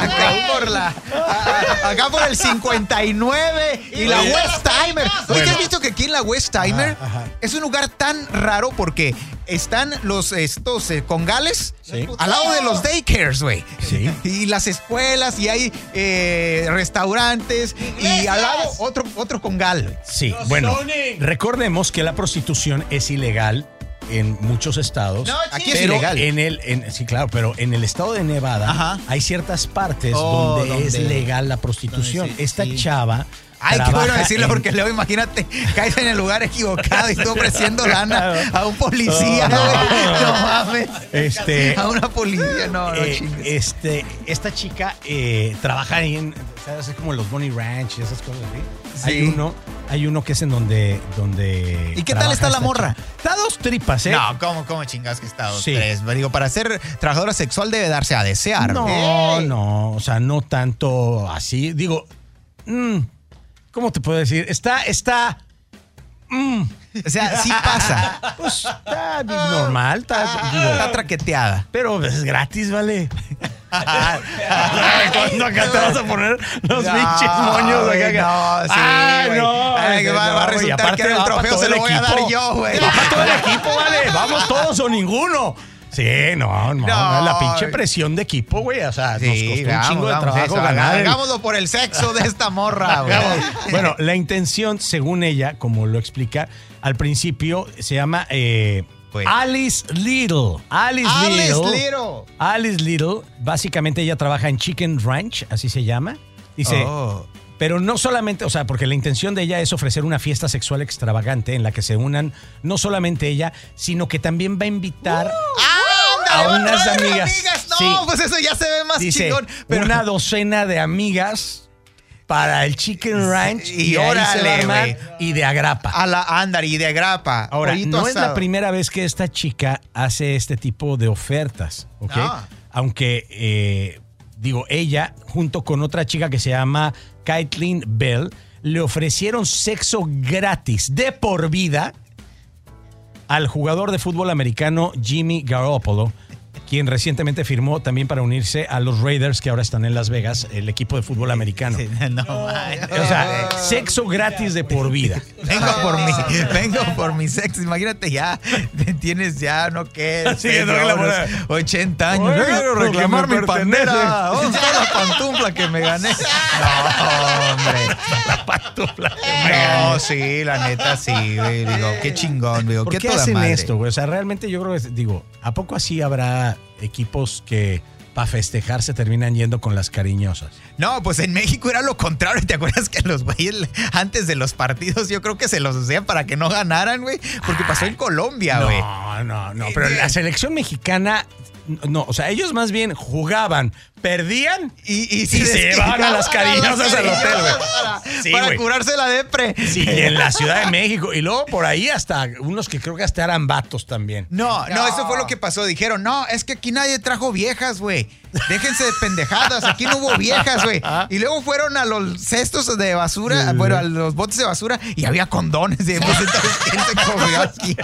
A: Acá por la. a- a- Acá por el 59 y la
C: Oye.
A: West Timer. Oye, ¿te
C: Bueno.
A: has visto que aquí en la West Timer
C: Ajá, ajá.
A: es un lugar tan raro porque están los estos eh, congales
C: Sí.
A: al lado de los daycares, güey?
C: Sí.
A: Y las escuelas y hay eh, restaurantes y al lado otro, otro congal. güey.
C: Sí, bueno, recordemos que la prostitución es ilegal en muchos estados.
A: No, Aquí es
C: pero
A: ilegal.
C: En el, en- sí, claro, pero en el estado de Nevada
A: Ajá.
C: hay ciertas partes
A: Oh,
C: donde, es
A: donde-
C: legal la prostitución.
A: donde sí,
C: Esta
A: sí.
C: chava.
A: Ay, qué bueno
C: trabaja
A: decirlo
C: en-
A: porque luego imagínate, caes en el lugar equivocado y tú ofreciendo lana a un policía,
C: No, no, no,
A: güey. Oh, No Eh,
C: no.
A: mames.
C: Este,
A: A una policía, no, no
C: eh,
A: chingues.
C: este, esta chica eh, trabaja ahí en, ¿sabes? Es como los Bonnie Ranch y esas cosas así.
A: Sí.
C: Hay uno, hay uno que es en donde, donde.
A: ¿Y qué
C: trabaja
A: tal está la
C: esta
A: morra?
C: chica. Está a dos tripas, ¿eh?
A: No, ¿cómo, cómo chingas que está dos,
C: Sí.
A: tres? Digo, para ser trabajadora sexual debe darse a desear.
C: No,
A: Ey.
C: no, o sea, no tanto así. Digo, mm, ¿cómo te puedo decir? Está, está,
A: O sea, sí pasa.
C: pues, está normal, está, digo,
A: Está traqueteada.
C: pero pues, es gratis, vale. ¿Cuándo acá te vas a poner los
A: No,
C: pinches moños acá?
A: güey, no, sí,
C: ah,
A: güey.
C: no.
A: Ay, que va- va a
C: güey,
A: resultar
C: aparte
A: que ahora el
C: va para
A: trofeo
C: todo
A: se
C: el
A: lo voy a dar
C: equipo.
A: yo, güey.
C: Va para todo el equipo, vale. Vamos todos o ninguno. Sí, no, no,
A: No.
C: la pinche presión de equipo, güey. O sea, nos costó
A: vamos,
C: un chingo de
A: vamos,
C: trabajo
A: eso,
C: ganar. el-
A: Hagámoslo por el sexo de esta morra, güey.
C: bueno, la intención, según ella, como lo explica al principio, se llama eh,
A: Pues.
C: Alice Little. Alice,
A: Alice
C: Little.
A: Little.
C: Alice Little. Básicamente ella trabaja en Chicken Ranch, así se llama. Dice,
A: Oh.
C: pero no solamente, o sea, porque la intención de ella es ofrecer una fiesta sexual extravagante en la que se unan no solamente ella, sino que también va a invitar
A: "Ah, ¡Ándale,
C: A
A: va
C: unas
A: traer
C: amigas,
A: No,
C: sí.
A: pues eso ya se ve más
C: dice,
A: chingón. Pero
C: una docena de amigas para el Chicken Ranch
A: y
C: y, ahora
A: órale, güey.
C: y de agrapa.
A: a la ándale y de grapa.
C: Ahora,
A: pollito
C: no es la
A: asado.
C: primera vez que esta chica hace este tipo de ofertas, ¿ok?
A: No.
C: Aunque, eh, digo, ella, junto con otra chica que se llama Caitlin Bell, le ofrecieron sexo gratis de por vida al jugador de fútbol americano Jimmy Garoppolo, quien recientemente firmó también para unirse a los Raiders que ahora están en Las Vegas, el equipo de fútbol americano.
A: Sí, no, man.
C: O sea, sexo gratis de por vida.
A: Vengo por mi, vengo por mi sexo. Imagínate ya, te tienes ya, no qué,
C: Sí, no, que la buena-
A: 80 años.
C: Bueno,
A: Yo quiero
C: pues,
A: reclamar
C: me
A: mi
C: pertenece.
A: pandera. ¿Dónde está la pantufla que me gané? No, hombre. No, sí, la neta sí, güey. Digo, qué chingón, digo,
C: Eh, ¿Por
A: qué,
C: qué,
A: toda
C: hacen
A: madre.
C: esto, güey? O sea, realmente yo creo que, digo, ¿a poco así habrá equipos que para festejar se terminan yendo con las cariñosas?
A: No, pues en México era lo contrario. ¿Te acuerdas que los güeyes le- antes de los partidos yo creo que se los hacían para que no ganaran, güey? Porque pasó en Colombia, güey.
C: No, no,
A: Eh,
C: no, pero la selección mexicana, no, o sea, ellos más bien jugaban, perdían
A: Y, y,
C: Y se llevaron a las cariñosas al hotel, güey.
A: Para,
C: Sí,
A: para
C: güey.
A: curarse la depre.
C: sí, en la Ciudad de México. Y luego por ahí hasta unos que creo que hasta eran vatos también.
A: No, no, eso fue lo que pasó. Dijeron, no, es que aquí nadie trajo viejas, güey. Déjense de pendejadas, aquí no hubo viejas, güey. Y luego fueron a los cestos de basura, bueno, a los botes de basura y había condones. Y pues entonces, ¿quién se comió aquí?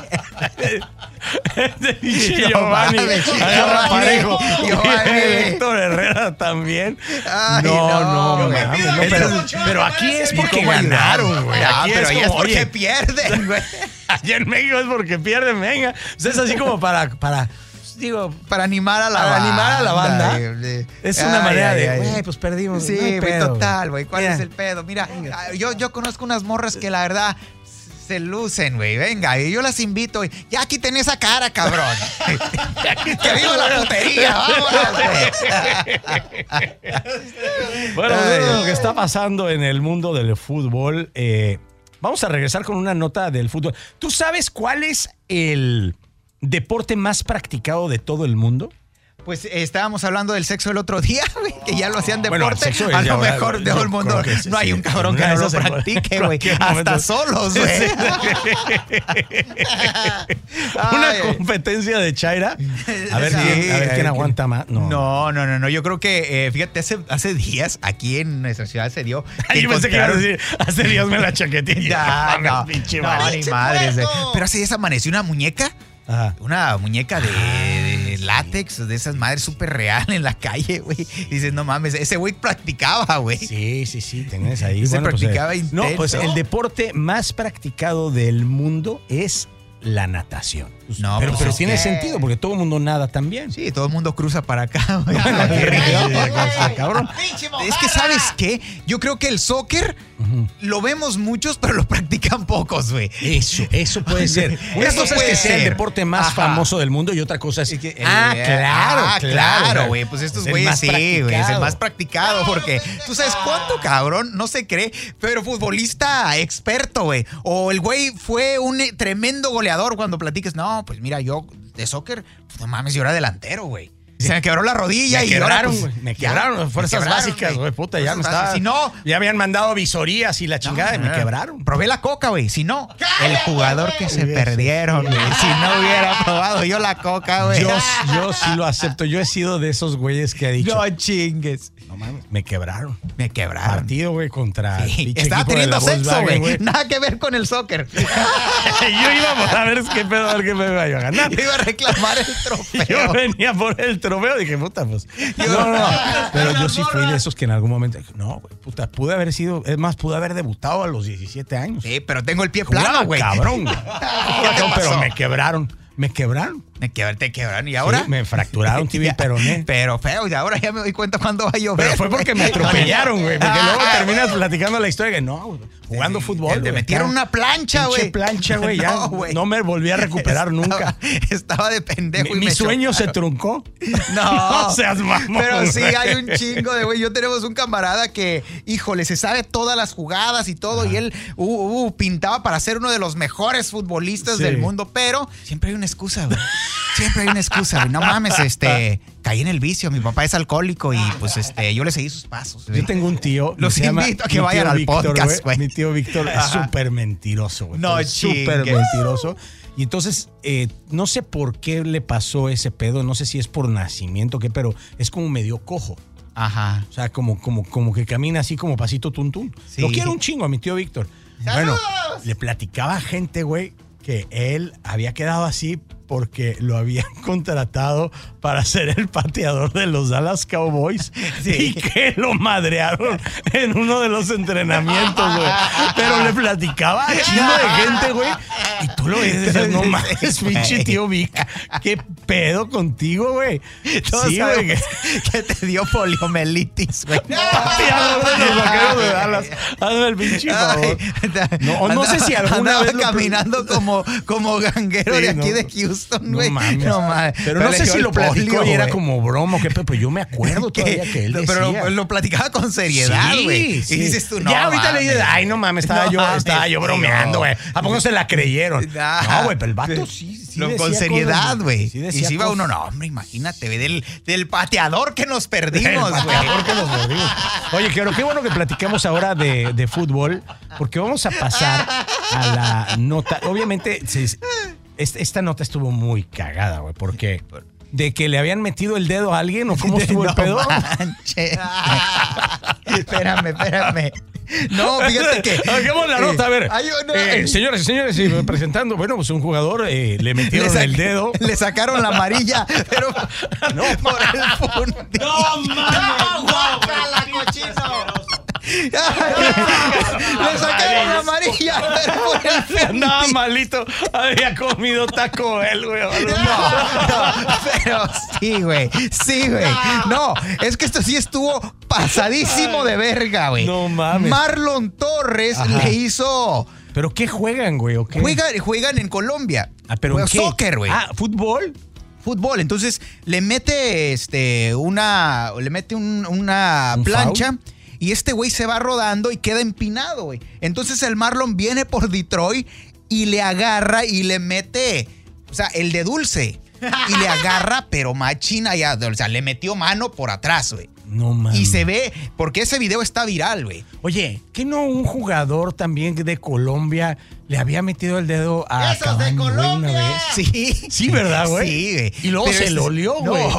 C: Pinche
A: No
C: Giovanni.
A: mames,
C: agarra
A: Giovanni,
C: parejo.
A: Giovanni.
C: Héctor Herrera también.
A: Ay, no,
C: no, no,
A: me
C: mames,
A: pido
C: no,
A: el
C: pero,
A: mucho,
C: pero aquí es
A: ¿Y
C: porque
A: cómo
C: ganaron, güey.
A: Ah,
C: Aquí
A: pero ahí es
C: como,
A: porque
C: oye,
A: pierden, güey.
C: Allá en México es porque pierden, venga. O sea, es así como para, para pues digo,
A: Para animar a la
C: Para
A: banda.
C: animar a la banda.
A: de- de-
C: es una
A: ay,
C: manera
A: ay,
C: de,
A: ay.
C: güey, pues perdimos.
A: Sí,
C: no hay
A: güey,
C: pedo,
A: total, güey. ¿Cuál
C: Mira.
A: es el pedo? Mira, ah, yo, yo conozco unas morras que la verdad se lucen, güey. Venga, y yo las invito. y Ya aquí tenés esa cara, cabrón. que viva la putería. Vámonos, güey.
C: Bueno,
A: Ay.
C: bueno, lo que está pasando en el mundo del fútbol, eh, vamos a regresar con una nota del fútbol. ¿Tú sabes cuál es el deporte más practicado de todo el mundo?
A: Pues estábamos hablando del sexo el otro día, güey, que ya lo hacían deporte.
C: Bueno, el sexo es
A: a
C: ya
A: lo
C: ahora,
A: mejor
C: yo
A: de todo el
C: creo
A: mundo
C: que sí,
A: no hay
C: sí.
A: un cabrón que
C: Una
A: no
C: de
A: lo
C: esas se puede-
A: practique, güey.
C: cualquier
A: Hasta
C: momento.
A: solos, güey.
C: una
A: Ay.
C: competencia de Chaira. A ver,
A: Sí,
C: quién, a ver
A: a ver
C: quién
A: quién-
C: aguanta más. No.
A: No, no, no, no. Yo creo que, eh, fíjate, hace, hace días aquí en nuestra ciudad se dio.
C: Ay, yo pensé que ibas a
A: encontraron-
C: decir, hace días me la chaquetilla.
A: Ya, no, no,
C: Pinche
A: ni
C: madre.
A: madres. eh. Pero hace días amaneció una muñeca,
C: Ajá.
A: una muñeca de,
C: Ah,
A: de látex, de esas madres súper real en la calle, güey. Y Dices, no mames, ese güey practicaba, güey.
C: Sí, sí, sí, tenés ahí.
A: Se
C: pues, eh,
A: practicaba intenso.
C: No, pues el deporte más practicado del mundo es la natación.
A: No,
C: pero
A: pues,
C: pero
A: es
C: tiene
A: que-
C: sentido porque todo el mundo nada también.
A: Sí, todo el mundo cruza para acá, güey.
C: Ah, cabrón.
A: Es que, ¿sabes qué? Yo creo que el soccer
C: Ujú.
A: lo vemos muchos, pero lo practican pocos, güey.
C: Eso, eso puede ser. Una
A: Eso
C: cosa es que
A: puede
C: sea el
A: ser.
C: deporte más
A: Ajá.
C: famoso del mundo y otra cosa es.
A: que-
C: ah,
A: eh,
C: claro,
A: ah,
C: claro,
A: claro, güey. Pues estos
C: Es el
A: güeyes
C: más
A: sí, güey. Es el
C: practicado.
A: más practicado porque tú sabes cuánto cabrón, no se cree, pero futbolista experto, güey. O el güey fue un eh, tremendo goleador cuando platiques, no, pues mira, yo de soccer, pues, no mames, yo era delantero, güey. Se me quebró la rodilla
C: Me
A: y ahora,
C: quebraron,
A: pues,
C: güey, me
A: ya,
C: quebraron las
A: me
C: fuerzas
A: quebraron,
C: básicas, güey. Puta, ya me
A: Fuerzas
C: estaba.
A: básicas. Si no,
C: Ya habían mandado visorías y la chingada y me
A: no,
C: quebraron.
A: Probé la coca, güey. Si no, el jugador que se perdieron, güey. Si no hubiera probado yo la coca, güey.
C: Yo, yo sí lo acepto. Yo he sido de esos güeyes que ha dicho.
A: no chingues.
C: No mames, me quebraron.
A: Me quebraron.
C: Partido, güey, contra.
A: Ah. Sí,
C: el pinche
A: Estaba
C: equipo de
A: teniendo
C: la
A: sexo,
C: Volkswagen,
A: güey. Nada que ver con el soccer.
C: Yo íbamos a ver qué pedo, a ver qué me iba yo a ganar.
A: Yo iba a reclamar el
C: Yo
A: trofeo.
C: venía por el trofeo, dije, puta, pues.
A: Yo-
C: no, no, no. Pero yo
A: Las
C: sí fui
A: morras.
C: de esos que en algún momento dije, no, güey, puta, pude haber sido, es más, pude haber debutado a los 17 años.
A: Sí, pero tengo el pie
C: Jugaba,
A: plano, güey.
C: Cabrón, güey.
A: te
C: No, pero
A: pasó?
C: me quebraron, me quebraron.
A: Me quebraron, te quebraron. ¿Y ahora?
C: Sí, me fracturaron tibia y
A: Ya,
C: peroné.
A: Pero feo, y ahora ya me doy cuenta cuando va a llover.
C: Pero fue porque me
A: güey.
C: atropellaron, güey. Porque
A: Ah,
C: luego
A: ah,
C: terminas platicando la historia que no, güey, jugando fútbol.
A: Te
C: güey,
A: metieron
C: acá.
A: una plancha,
C: Pinche
A: güey.
C: plancha, güey. ya
A: No, güey. Pues
C: no me volví a recuperar nunca.
A: Estaba- Estaba de pendejo.
C: Mi,
A: y
C: mi
A: me
C: sueño se truncó.
A: No,
C: No seas mamón,
A: Pero sí,
C: güey.
A: hay un chingo de güey. Yo tenemos un camarada que, híjole, se sabe todas las jugadas y todo. Y él uh, uh, pintaba para ser uno de los mejores futbolistas
C: Sí.
A: del mundo. Pero siempre hay una excusa, güey. Siempre hay una excusa, güey. No mames, este, caí en el vicio. Mi papá es alcohólico y pues este, yo le seguí sus pasos. güey.
C: Yo tengo un tío.
A: Los
C: se llama-
A: invito a que
C: mi tío
A: vayan al
C: Víctor,
A: podcast, güey.
C: Mi tío Víctor es
A: Ajá.
C: súper mentiroso, güey.
A: No
C: pero es Súper
A: chingues.
C: mentiroso. Y entonces, eh, no sé por qué le pasó ese pedo. No sé si es por nacimiento o qué, pero es como medio cojo.
A: Ajá.
C: O sea, como, como, como que camina así como pasito tuntún.
A: Sí.
C: Lo quiero un chingo a mi tío Víctor. Bueno,
A: ¡Saludos!
C: le platicaba a gente, güey, que él había quedado así porque lo habían contratado para ser el pateador de los Dallas Cowboys y que lo madrearon en uno de los entrenamientos, güey. Pero le platicaba a chingo de gente, güey. Y tú lo ves y dices, no mames, pinche tío Vic, qué pedo contigo, güey.
A: Todos
C: Sí, güey.
A: sabemos que te dio poliomielitis, güey.
C: Pateador de los vaqueros de Dallas. Hazme el pinche favor.
A: Ay, ta-
C: No, o no sé si alguna
A: andaba
C: vez lo-
A: caminando como, como ganguero
C: Sí,
A: de aquí
C: no.
A: de Houston,
C: No
A: güey.
C: mames.
A: mames.
C: Pero no
A: le
C: sé
A: dio
C: si
A: el
C: lo platicó
A: polio,
C: y era
A: güey.
C: como broma o qué, pero pues yo me acuerdo
A: Que-
C: todavía que él decía.
A: pero lo, lo platicaba con seriedad,
C: Sí,
A: güey.
C: sí.
A: Y dices tú, no.
C: Ya ahorita le
A: mames.
C: dije, ay, no mames, estaba
A: No
C: yo,
A: mames,
C: estaba yo
A: sí,
C: bromeando,
A: no.
C: güey. ¿A poco se la creyeron?
A: Nah.
C: No, güey, pero el vato sí, sí decía
A: Lo- Ah. con
C: cosas,
A: seriedad, güey.
C: Sí
A: y
C: decía
A: si iba
C: cosas.
A: uno, no, hombre, imagínate, güey, del, del pateador que nos
C: El
A: perdimos, güey.
C: pateador que nos lo digo. Oye, pero qué bueno que platicamos ahora de, de fútbol, porque vamos a pasar a la nota. Obviamente, sí, sí, es- esta nota estuvo muy cagada, güey, porque de que le habían metido el dedo a alguien o cómo estuvo
A: no
C: el pedo.
A: manches. espérame, espérame. No, fíjate que.
C: Hagamos la nota, a ver.
A: Eh, hay una-
C: Eh, señoras y señores, y presentando, bueno, pues un jugador eh, le metieron
A: sac-
C: el dedo.
A: le sacaron la amarilla, pero no, por el fundillo. ¡No,
B: Este,
A: guácala, cochino! Ay, le sacaron la amarilla. pero por el Fermín.
C: Nada malito. Había comido taco él, güey.
A: No, no, pero sí, güey. Sí, güey. No, es que esto sí estuvo pasadísimo de verga, güey.
C: No mames.
A: Marlon Torres
C: Ajá.
A: le hizo.
C: ¿Pero qué juegan, güey? ¿O qué?
A: Juegan, juegan en Colombia.
C: Ah, pero
A: Juegan
C: ¿qué?
A: soccer, güey.
C: Ah, ¿fútbol?
A: Fútbol. Entonces le mete este una. Le mete un- una
C: ¿Un
A: plancha. Y este güey se va rodando y queda empinado, güey. Entonces el Marlon viene por Detroit y le agarra y le mete. O sea, el de dulce. Y le agarra, pero machina ya. O sea, le metió mano por atrás, güey.
C: No mames.
A: Y se ve, porque ese video está viral, güey.
C: Oye, ¿qué no un jugador también de Colombia le había metido el dedo
A: Ah,
C: a
D: ¡Esos de
C: Cavani, güey, una
D: Colombia!
C: vez?
A: Sí.
C: Sí, ¿verdad, güey?
A: Sí, güey.
C: Y luego se
A: este-
C: lo olió,
A: No,
C: güey.
A: güey,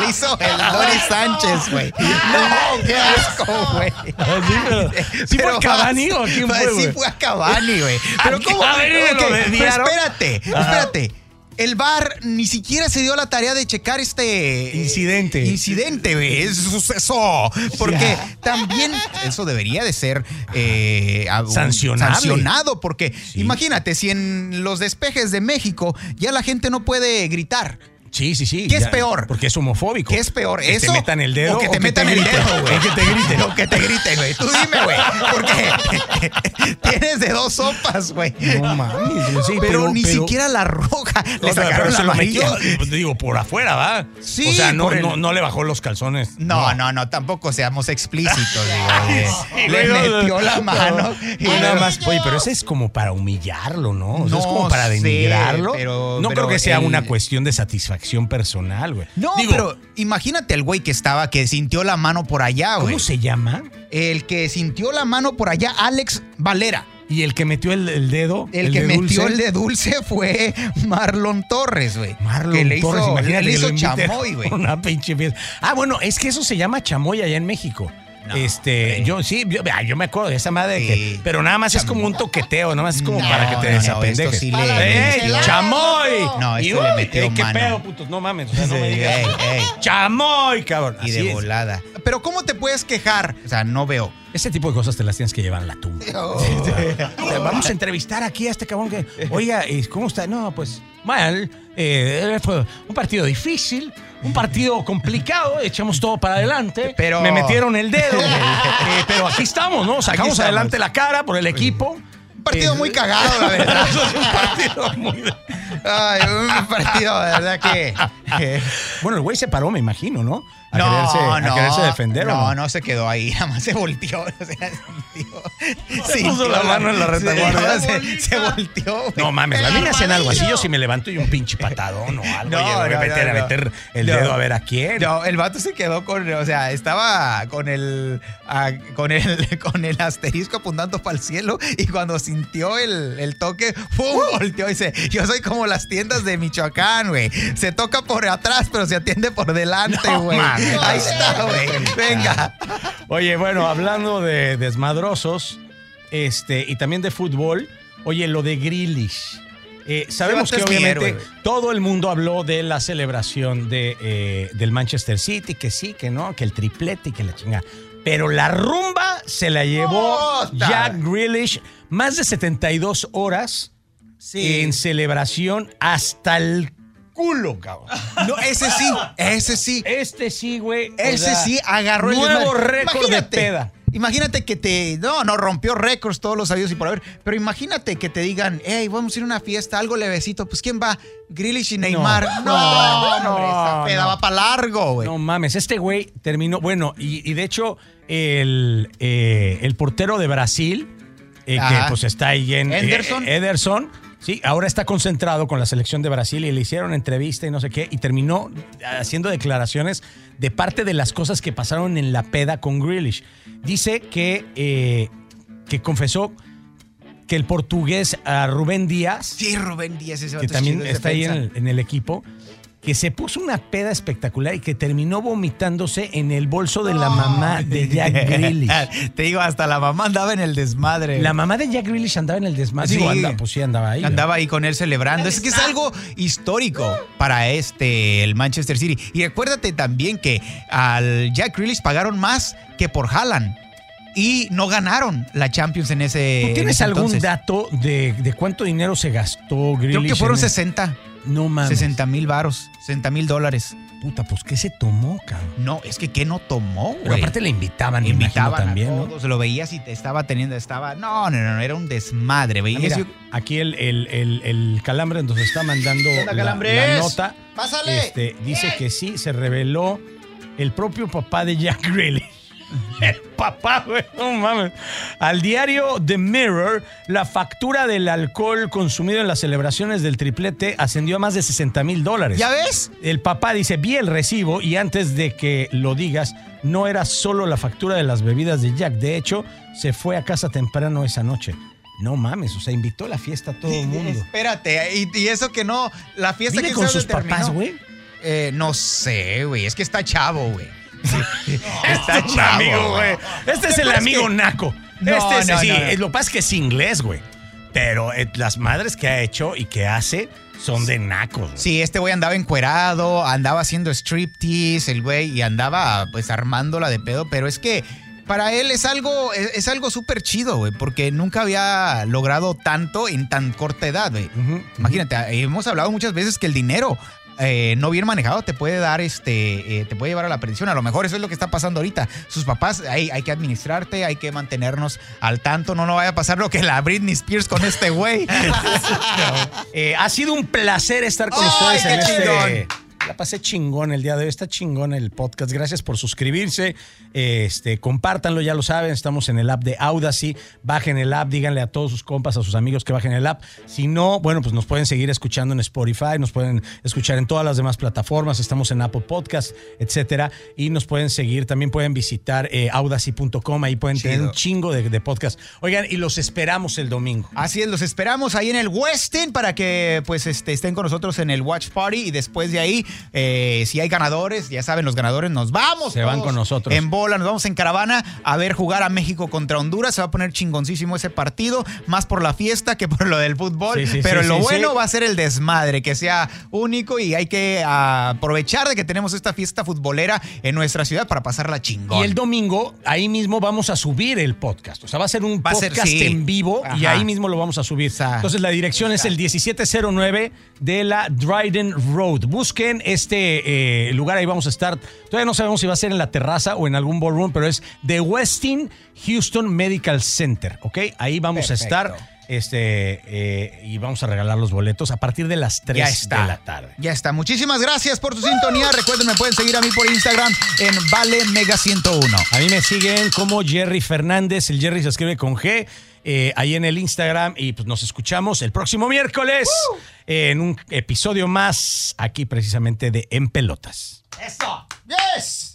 A: Le hizo el Doris Sánchez, güey. No, qué asco, güey.
C: Ah, sí, pero- ¿sí fue a Cavani o a quién fue,
A: Sí
C: güey?
A: fue a Cavani, güey. Pero
C: ¿A
A: cómo...
C: quién? A ver,
A: Ok,
C: lo
A: pero
C: desviaron.
A: espérate, espérate. El bar ni siquiera se dio la tarea de checar este... eh,
C: Incidente.
A: Incidente, güey. Es suceso. Porque también eso debería de ser... eh, a- un-
C: Sancionable.
A: Sancionado, porque imagínate, si en los despejes de México ya la gente no puede gritar.
C: Sí, sí, sí.
A: ¿Qué es peor?
C: Porque es homofófico.
A: ¿Qué es peor?
C: Que
A: ¿Eso?
C: te metan el dedo.
A: O que te metan el
C: griten.
A: dedo, güey.
C: O que te griten.
A: O que te griten, güey. Tú dime, güey. Porque tienes de dos sopas, güey.
C: No mames. yo sí,
A: pero, ni siquiera la roja.
C: O
A: Le
C: sea,
A: sacaron
C: pero
A: la
C: se lo metió, pues,
A: amarilla.
C: digo, por afuera, ¿va?
A: Sí,
C: O sea, no,
A: por el-
C: no, no le bajó los calzones.
A: No, no, no, tampoco seamos explícitos, digo. güey.
C: güey,
A: Pues, Le
C: no,
A: metió
C: no.
A: la mano. y
C: Y nada
A: luego-
C: más, oye, pero ese es como para humillarlo, ¿no? O sea, es
A: No
C: como para
A: sé,
C: denigrarlo.
A: pero-
C: no
A: pero
C: creo que sea
A: el-
C: una cuestión de satisfacción personal, güey.
A: No,
C: Digo,
A: pero imagínate el güey que estaba, que sintió la mano por allá,
C: ¿Cómo
A: güey.
C: se llama?
A: El que sintió la mano por allá, Alex Valera.
C: Y el que metió el, el dedo.
A: El, que
C: de
A: metió
C: dulce?
A: el de dulce fue Marlon Torres, güey.
C: Marlon
A: que le hizo,
C: Torres, imagínate
A: le
C: que lo
A: hizo
C: invite a
A: chamoy, güey.
C: Una pinche fiesta. Ah, bueno, es que eso se llama chamoy allá en México.
A: No,
C: este,
A: güey.
C: yo sí, yo, ah, yo me acuerdo de esa madre
A: Sí.
C: que- pero nada más es como un toqueteo, nada más es como
A: No,
C: para que te
A: no,
C: desapendejes.
A: esto sí le-
C: ¡Ey,
A: le-
C: chamoy!
A: No,
C: Y,
A: esto le
C: uy,
A: metió
C: ey, qué
A: mano.
C: pedo, putos, no mames, o sea, no
A: Sí,
C: me digas.
A: ey, ey.
C: Chamoy, cabrón.
A: Y
C: Así
A: de
C: es.
A: volada. Pero ¿cómo te puedes quejar? O sea, no veo.
C: Ese tipo de cosas te las tienes que llevar a la tumba. Sí, o sea, Vamos a entrevistar aquí a este cabrón que, oiga, eh, ¿cómo está? No, pues mal. eh, fue un partido difícil, un partido complicado, echamos todo para adelante.
A: Pero-
C: Me metieron el dedo, eh, pero aquí estamos, ¿no? Sacamos
A: estamos.
C: adelante la cara por el equipo.
A: Un partido
C: Eh,
A: muy cagado, la verdad.
C: eso es un partido muy...
A: Ay, un partido, de verdad que. que-
C: Bueno, el güey se paró, me imagino, ¿no? A quererse, a quererse defender. ¿o
A: No, no se quedó ahí. Nada más se volteó. O sea, sintió-
C: puso la
A: sintió
C: mano en la retaguardia.
A: Sí, no, Se, se volteó. güey.
C: No mames, las niñas hacen algo así.
D: armadillo.
C: Yo si me levanto y un pinche patadón o algo.
A: No,
C: No, voy
A: no,
C: a meter,
A: no,
C: a
A: no.
C: meter el
A: No.
C: dedo a ver a quién.
A: No, el vato se quedó con, o sea, estaba con el ah, con el con el asterisco apuntando para el cielo y cuando sintió el, el toque, ¡pum! volteó y dice, "Yo soy como las tiendas de Michoacán, güey. Se toca por atrás, pero se atiende por delante,
C: No
A: güey."
C: mames.
A: Ahí está, güey. Venga.
C: Oye, bueno, hablando de desmadrosos este, y también de fútbol, oye, lo de Grealish. Eh, sabemos
A: Ese
C: que
A: vato es mi
C: obviamente
A: este héroe, güey.
C: todo el mundo habló de la celebración de, eh, del Manchester City, que sí, que no, que el triplete y que la chingada. Pero la rumba se la llevó
A: ¡Ota!
C: Jack Grealish más de 72 horas en celebración hasta el culo, cabrón.
A: No, ese sí, ese sí.
C: Este sí, güey. o
A: Ese
C: sea,
A: sí agarró el
C: nuevo
A: desmadre.
C: récord de
A: Imagínate,
C: peda.
A: Imagínate que te. No, no rompió récords todos los sabidos y por haber. Pero imagínate que te digan, hey, vamos a ir a una fiesta, algo levecito. Pues ¿quién va? Grealish y Neymar. No,
C: No,
A: hombre,
C: no,
A: esa peda
C: no.
A: va para largo, güey.
C: No mames, este güey terminó. Bueno, y, y de hecho, el, eh, el portero de Brasil, eh, que
A: Ajá.
C: pues está ahí en. eh,
A: Ederson.
C: Ederson, sí, ahora está concentrado con la selección de Brasil y le hicieron entrevista y no sé qué, y terminó haciendo declaraciones de parte de las cosas que pasaron en la peda con Grealish. Dice que, eh, que confesó que el portugués ah, Rubén Díaz
A: Sí, Rubén Díaz, ese vato
C: que
A: es
C: también
A: chido,
C: está ahí en
A: defensa.
C: el, en el equipo, que se puso una peda espectacular y que terminó vomitándose en el bolso de la mamá Ah, de Jack Grealish.
A: Te digo, hasta la mamá andaba en el desmadre.
C: La
A: güey.
C: mamá de Jack Grealish andaba en el desmadre.
A: Sí.
C: Digo, anda, pues sí, andaba ahí.
A: Andaba ahí con él celebrando. Es que es algo histórico para este, el Manchester City. Y recuérdate también que al Jack Grealish pagaron más que por Haaland. y no ganaron la Champions en ese.
C: ¿Tú tienes
A: eh, en ese
C: algún
A: entonces.
C: dato de, de cuánto dinero se gastó Grealish?
A: Creo que fueron
C: en el-
A: 60.
C: No mames.
A: 60 mil varos, 60 mil dólares.
C: Puta, pues ¿qué se tomó, cabrón?
A: No, es que ¿qué no tomó,
C: Pero
A: güey?
C: aparte le invitaban,
A: Invitaban
C: invitaban
A: a
C: también, ¿no?
A: todos, lo veías y te estaba teniendo, estaba... No, no, no, no, era un desmadre,
C: Ah,
A: veías...
C: mira,
A: yo-
C: aquí el, el- el- el calambre nos está mandando
A: ¿Qué onda,
C: la,
A: Calambres?
C: la nota.
A: ¡Pásale!
C: Este, dice que sí, se reveló el propio papá de Jack Grealish. El papá, güey, no mames. Al diario The Mirror, la factura del alcohol consumido en las celebraciones del triplete ascendió a más de 60 mil dólares.
A: ¿Ya ves?
C: El papá dice, vi el recibo y antes de que lo digas, no era solo la factura de las bebidas de Jack. De hecho, se fue a casa temprano esa noche. No mames, o sea, invitó a la fiesta a todo el mundo.
A: Espérate, y, y eso que no... La fiesta
C: ¿Vive
A: que
C: con sus papás, güey?
A: Eh, no sé, güey, es que está chavo, güey. está
C: Un
A: chavo,
C: amigo, güey. Este es el amigo naco.
A: No,
C: este es,
A: no,
C: sí,
A: no, no.
C: eh, Lo que pasa es que es inglés, güey. Pero eh, las madres que ha hecho y que hace son de nacos, güey.
A: Sí, este güey andaba encuerado, andaba haciendo striptease, el güey, y andaba pues armándola de pedo, pero es que para él es algo, es, es algo súper chido, güey, porque nunca había logrado tanto en tan corta edad, güey.
C: Ujú.
A: Imagínate, eh, hemos hablado muchas veces que el dinero eh, no bien manejado te puede dar, este, eh, te puede llevar a la perdición. A lo mejor eso es lo que está pasando ahorita. Sus papás, hay, hay que administrarte, hay que mantenernos al tanto. No, no vaya a pasar lo que la Britney Spears con este güey.
C: Eh, ha sido un placer estar con
A: ¡Ay,
C: ustedes
A: qué
C: en este.
A: chingón!
C: La pasé chingón el día de hoy. Está chingón el podcast. Gracias por suscribirse. Este, compártanlo, ya lo saben. Estamos en el app de Audacy. Bajen el app, díganle a todos sus compas, a sus amigos que bajen el app. Si no, bueno, pues nos pueden seguir escuchando en Spotify, nos pueden escuchar en todas las demás plataformas. Estamos en Apple Podcast, etcétera. Y nos pueden seguir. También pueden visitar eh, audacy.com. Ahí pueden tener
A: Chido.
C: un chingo de, de podcast. Oigan, y los esperamos el domingo.
A: Así es, los esperamos ahí en el Westin para que pues este, estén con nosotros en el Watch Party y después de ahí, eh, si hay ganadores, ya saben, los ganadores nos vamos.
C: Se van
A: todos
C: con nosotros.
A: En bola, nos vamos en caravana a ver jugar a México contra Honduras. Se va a poner chingoncísimo ese partido, más por la fiesta que por lo del fútbol.
C: Sí, sí,
A: Pero
C: sí,
A: lo
C: sí,
A: bueno
C: sí.
A: va a ser el desmadre, que sea único y hay que aprovechar de que tenemos esta fiesta futbolera en nuestra ciudad para pasarla chingón.
C: Y el domingo, ahí mismo vamos a subir el podcast. O sea, va a ser un
A: Va a ser,
C: podcast
A: sí.
C: en vivo y
A: Ajá.
C: ahí mismo lo vamos a subir.
A: Sa-
C: Entonces, la dirección es el 1709 de la Dryden Road. Busquen este eh, lugar, ahí vamos a estar. Todavía no sabemos si va a ser en la terraza o en algún ballroom, pero es The Westin Houston Medical Center. ¿Ok? Ahí vamos
A: Perfecto.
C: a estar. Este, eh, y vamos a regalar los boletos a partir de las 3
A: Ya está.
C: de la tarde.
A: Ya está. Muchísimas gracias por su sintonía. Recuerden, me pueden seguir a mí por Instagram en ValeMega101.
C: A mí me siguen como Jerry Fernández. El Jerry se escribe con G. eh, ahí en el Instagram. Y pues nos escuchamos el próximo miércoles eh, en un episodio más aquí precisamente de En Pelotas.
A: ¡Eso! ¡Yes!